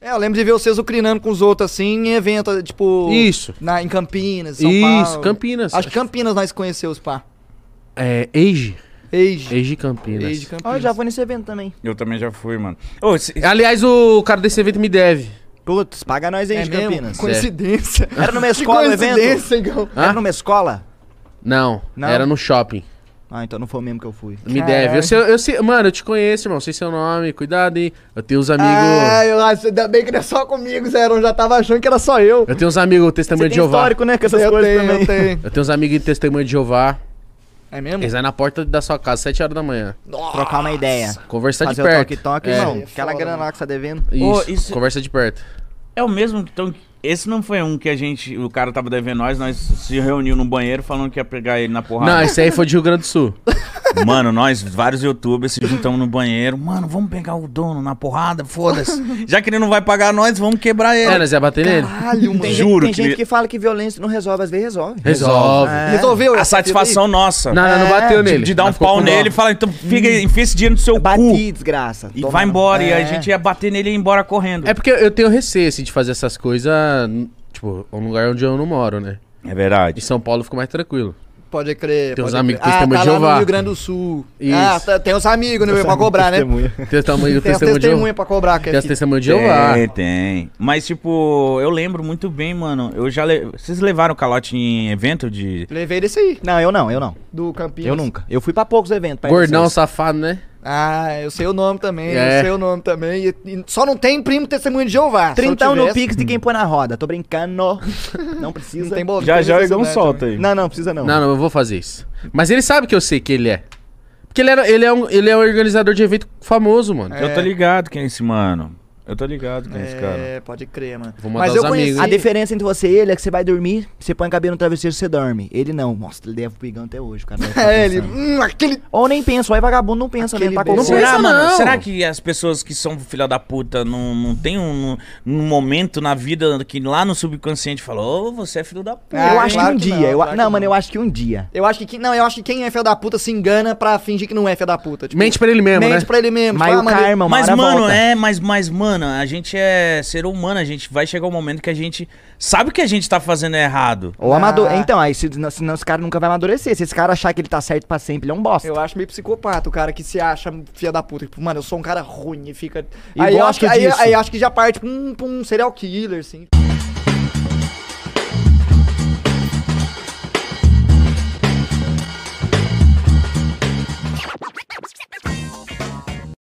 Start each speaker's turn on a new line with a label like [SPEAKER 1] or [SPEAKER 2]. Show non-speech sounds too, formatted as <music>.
[SPEAKER 1] É, eu lembro de ver vocês ucrinando com os outros, assim, em evento, tipo...
[SPEAKER 2] Isso.
[SPEAKER 1] Na, em Campinas, São Paulo.
[SPEAKER 2] Isso, Campinas.
[SPEAKER 1] Acho que Campinas nós conhecemos, pá.
[SPEAKER 2] É, Age.
[SPEAKER 1] Age.
[SPEAKER 2] Age Campinas.
[SPEAKER 1] Age
[SPEAKER 3] Ó,
[SPEAKER 1] Campinas.
[SPEAKER 3] eu já fui nesse evento também.
[SPEAKER 4] Eu também já fui, mano. Ô, se-
[SPEAKER 2] Aliás, o cara desse evento me deve.
[SPEAKER 3] Putz, paga nós aí
[SPEAKER 1] É
[SPEAKER 3] de
[SPEAKER 1] mesmo?
[SPEAKER 3] Campinas.
[SPEAKER 1] Coincidência.
[SPEAKER 3] Era numa
[SPEAKER 1] Que
[SPEAKER 3] escola o evento?
[SPEAKER 1] coincidência, Igão.
[SPEAKER 2] Hã?
[SPEAKER 3] Era numa escola?
[SPEAKER 2] Não,
[SPEAKER 3] Não?
[SPEAKER 2] era no shopping.
[SPEAKER 3] Ah, então não foi o mesmo que eu fui.
[SPEAKER 2] Me
[SPEAKER 1] Caralho.
[SPEAKER 2] deve. Eu sei, eu sei- mano, eu te conheço, irmão. Sei seu nome, cuidado, hein? Eu tenho uns amigos.
[SPEAKER 1] Ah, eu acho, ainda bem que não é só comigo, Zé. Eu já tava achando que era só eu.
[SPEAKER 2] Eu tenho uns amigos testemunho
[SPEAKER 3] Você
[SPEAKER 2] de
[SPEAKER 3] tem
[SPEAKER 2] Jeová.
[SPEAKER 3] histórico, né, com essas
[SPEAKER 1] eu
[SPEAKER 3] coisas
[SPEAKER 1] tenho,
[SPEAKER 3] também.
[SPEAKER 1] eu tenho.
[SPEAKER 2] Eu tenho uns amigos em testemunho de Jeová.
[SPEAKER 1] É mesmo?
[SPEAKER 2] Eles vai na porta da sua casa, 7 horas da manhã.
[SPEAKER 3] Trocar uma ideia.
[SPEAKER 2] Conversar tá de
[SPEAKER 3] Fazer
[SPEAKER 2] perto.
[SPEAKER 3] o toque-toque,
[SPEAKER 2] É.
[SPEAKER 3] irmão.
[SPEAKER 1] É
[SPEAKER 3] Aquela
[SPEAKER 1] foda,
[SPEAKER 3] grana
[SPEAKER 1] mano.
[SPEAKER 3] lá que você tá devendo.
[SPEAKER 2] Isso,
[SPEAKER 4] Ô, isso-
[SPEAKER 2] conversa de perto.
[SPEAKER 4] é o mesmo que- então. Esse não foi um que a gente. O cara tava devendo nós, nós se reuniu no banheiro falando que ia pegar ele na
[SPEAKER 2] Não,
[SPEAKER 4] porrada.
[SPEAKER 2] esse aí foi de Rio Grande do Sul.
[SPEAKER 4] <laughs> Mano, nós, vários youtubers, se juntamos no banheiro. Mano, vamos pegar o dono na porrada, foda-se. Já que ele não vai pagar nós, vamos quebrar ele.
[SPEAKER 2] É, nós ia bater nele.
[SPEAKER 1] Caralho, mano.
[SPEAKER 3] Tem, gente-
[SPEAKER 4] Juro
[SPEAKER 3] tem
[SPEAKER 4] que-
[SPEAKER 3] gente que fala que violência não resolve, às vezes resolve.
[SPEAKER 2] Resolve.
[SPEAKER 3] É.
[SPEAKER 1] Resolveu
[SPEAKER 4] a
[SPEAKER 1] essa
[SPEAKER 4] satisfação nossa.
[SPEAKER 2] Não, não, não bateu
[SPEAKER 4] de,
[SPEAKER 2] nele.
[SPEAKER 4] de dar
[SPEAKER 2] Ela
[SPEAKER 4] um
[SPEAKER 2] ficou
[SPEAKER 4] pau
[SPEAKER 2] com dó.
[SPEAKER 4] nele e falar, então fica, enfia esse dinheiro no seu cu.
[SPEAKER 3] Bati, desgraça.
[SPEAKER 4] E
[SPEAKER 3] Toma,
[SPEAKER 4] vai
[SPEAKER 3] não.
[SPEAKER 4] embora. E
[SPEAKER 3] É.
[SPEAKER 4] a gente ia bater nele e ia embora correndo.
[SPEAKER 2] É porque eu tenho receio, assim, de fazer essas coisas, n- tipo, um lugar onde eu não moro, né?
[SPEAKER 4] É
[SPEAKER 2] Em
[SPEAKER 4] verdade.
[SPEAKER 2] São Paulo eu fico mais tranquilo.
[SPEAKER 1] Pode crer.
[SPEAKER 2] Tem uns
[SPEAKER 1] pode
[SPEAKER 2] amigos
[SPEAKER 1] crer.
[SPEAKER 2] que testemunha
[SPEAKER 1] ah,
[SPEAKER 2] de
[SPEAKER 1] tá lá
[SPEAKER 2] Jeová.
[SPEAKER 1] no Rio Grande do Sul.
[SPEAKER 2] Isso.
[SPEAKER 1] Ah, tá- tem uns amigos, né, pra cobrar, né?
[SPEAKER 3] Testemunha.
[SPEAKER 2] Tem o tamanho do
[SPEAKER 1] Tem as
[SPEAKER 2] testemunho de
[SPEAKER 1] testemunhas
[SPEAKER 2] Jeová.
[SPEAKER 1] pra cobrar, que
[SPEAKER 2] Tem
[SPEAKER 1] é
[SPEAKER 2] as
[SPEAKER 1] filho.
[SPEAKER 2] testemunhas de Jeová.
[SPEAKER 4] Tem, um tem. Mas, tipo, eu lembro muito bem, mano. Eu já. le- Vocês levaram calote em evento de.
[SPEAKER 1] Levei desse aí,
[SPEAKER 3] Não, eu não, eu não.
[SPEAKER 1] do Campinas.
[SPEAKER 3] Eu nunca. Eu fui pra poucos eventos. pra
[SPEAKER 2] Gordão
[SPEAKER 3] vocês.
[SPEAKER 2] safado, né?
[SPEAKER 1] Ah, eu sei o nome também,
[SPEAKER 2] É.
[SPEAKER 1] eu sei o nome também. e- e só não tem primo testemunho de Jeová. Ah, Se eu
[SPEAKER 3] Trintão no
[SPEAKER 1] tivesse,
[SPEAKER 3] Pix de quem põe na roda. Tô brincando. Não precisa.
[SPEAKER 1] Não tem bola.
[SPEAKER 4] Já
[SPEAKER 1] não tem
[SPEAKER 4] já o Igão
[SPEAKER 1] necessidade
[SPEAKER 4] solta
[SPEAKER 1] também.
[SPEAKER 4] aí.
[SPEAKER 3] Não, não, precisa não.
[SPEAKER 2] Não, não, eu vou fazer isso. Mas ele sabe que eu sei que ele é. Porque ele, era, ele, é, um, ele é um organizador de evento famoso, mano.
[SPEAKER 4] Eu tô ligado quem é esse, mano. Eu tô ligado quem é esse cara.
[SPEAKER 1] É, pode crer, mano.
[SPEAKER 2] Vou mandar
[SPEAKER 1] Mas
[SPEAKER 2] os
[SPEAKER 1] eu conheci-
[SPEAKER 2] amigos.
[SPEAKER 3] A diferença entre você e ele é que você vai dormir, você põe a cabeça no travesseiro e você dorme. Ele não. Nossa, ele deve pro Igão até hoje, o
[SPEAKER 1] <laughs>
[SPEAKER 3] cara. deve ficar
[SPEAKER 1] É, ele.
[SPEAKER 3] pensando.
[SPEAKER 1] Hum, aquele.
[SPEAKER 3] Ou nem pensa, ou é vagabundo, não pensa
[SPEAKER 1] Aquele
[SPEAKER 3] mesmo. Tá
[SPEAKER 1] bem-
[SPEAKER 3] com
[SPEAKER 2] Não
[SPEAKER 3] fome.
[SPEAKER 2] pensa,
[SPEAKER 4] Será, mano?
[SPEAKER 2] não.
[SPEAKER 4] Será que as pessoas que são filha da puta não, não tem um, um momento na vida que lá no subconsciente falou, ô, você é filho da puta.
[SPEAKER 1] Ah,
[SPEAKER 3] Eu acho que
[SPEAKER 1] claro
[SPEAKER 3] um
[SPEAKER 1] que
[SPEAKER 3] dia.
[SPEAKER 1] não,
[SPEAKER 3] eu...
[SPEAKER 1] claro que
[SPEAKER 3] não, mano,
[SPEAKER 1] não.
[SPEAKER 3] eu acho que um dia.
[SPEAKER 1] Eu acho que. quem- Não, eu acho que quem é fé da puta se engana pra fingir que não é fé da puta. Tipo,
[SPEAKER 2] Mente pra ele mesmo,
[SPEAKER 1] mente
[SPEAKER 2] né?
[SPEAKER 1] pra ele mesmo.
[SPEAKER 3] Mas
[SPEAKER 1] tipo, ah,
[SPEAKER 3] o
[SPEAKER 1] mano,
[SPEAKER 3] karma, uma
[SPEAKER 4] Mas,
[SPEAKER 3] hora
[SPEAKER 4] mano,
[SPEAKER 3] volta.
[SPEAKER 4] é, mas, mas, mano, a gente é ser humano, a gente vai chegar um momento que a gente sabe que a gente tá fazendo errado.
[SPEAKER 3] Ou
[SPEAKER 1] Ah.
[SPEAKER 3] amadure... Então, aí se, senão esse cara nunca vai amadurecer. Se esse cara achar que ele tá certo pra sempre, ele é um bosta.
[SPEAKER 1] Eu acho meio psicopata o cara que se acha filha da puta. Tipo, mano, eu sou um cara ruim e fica.
[SPEAKER 3] E
[SPEAKER 1] aí, eu
[SPEAKER 3] gosto
[SPEAKER 1] acho que, aí,
[SPEAKER 3] disso.
[SPEAKER 1] aí eu acho que já parte pra um, pra um serial killer, assim.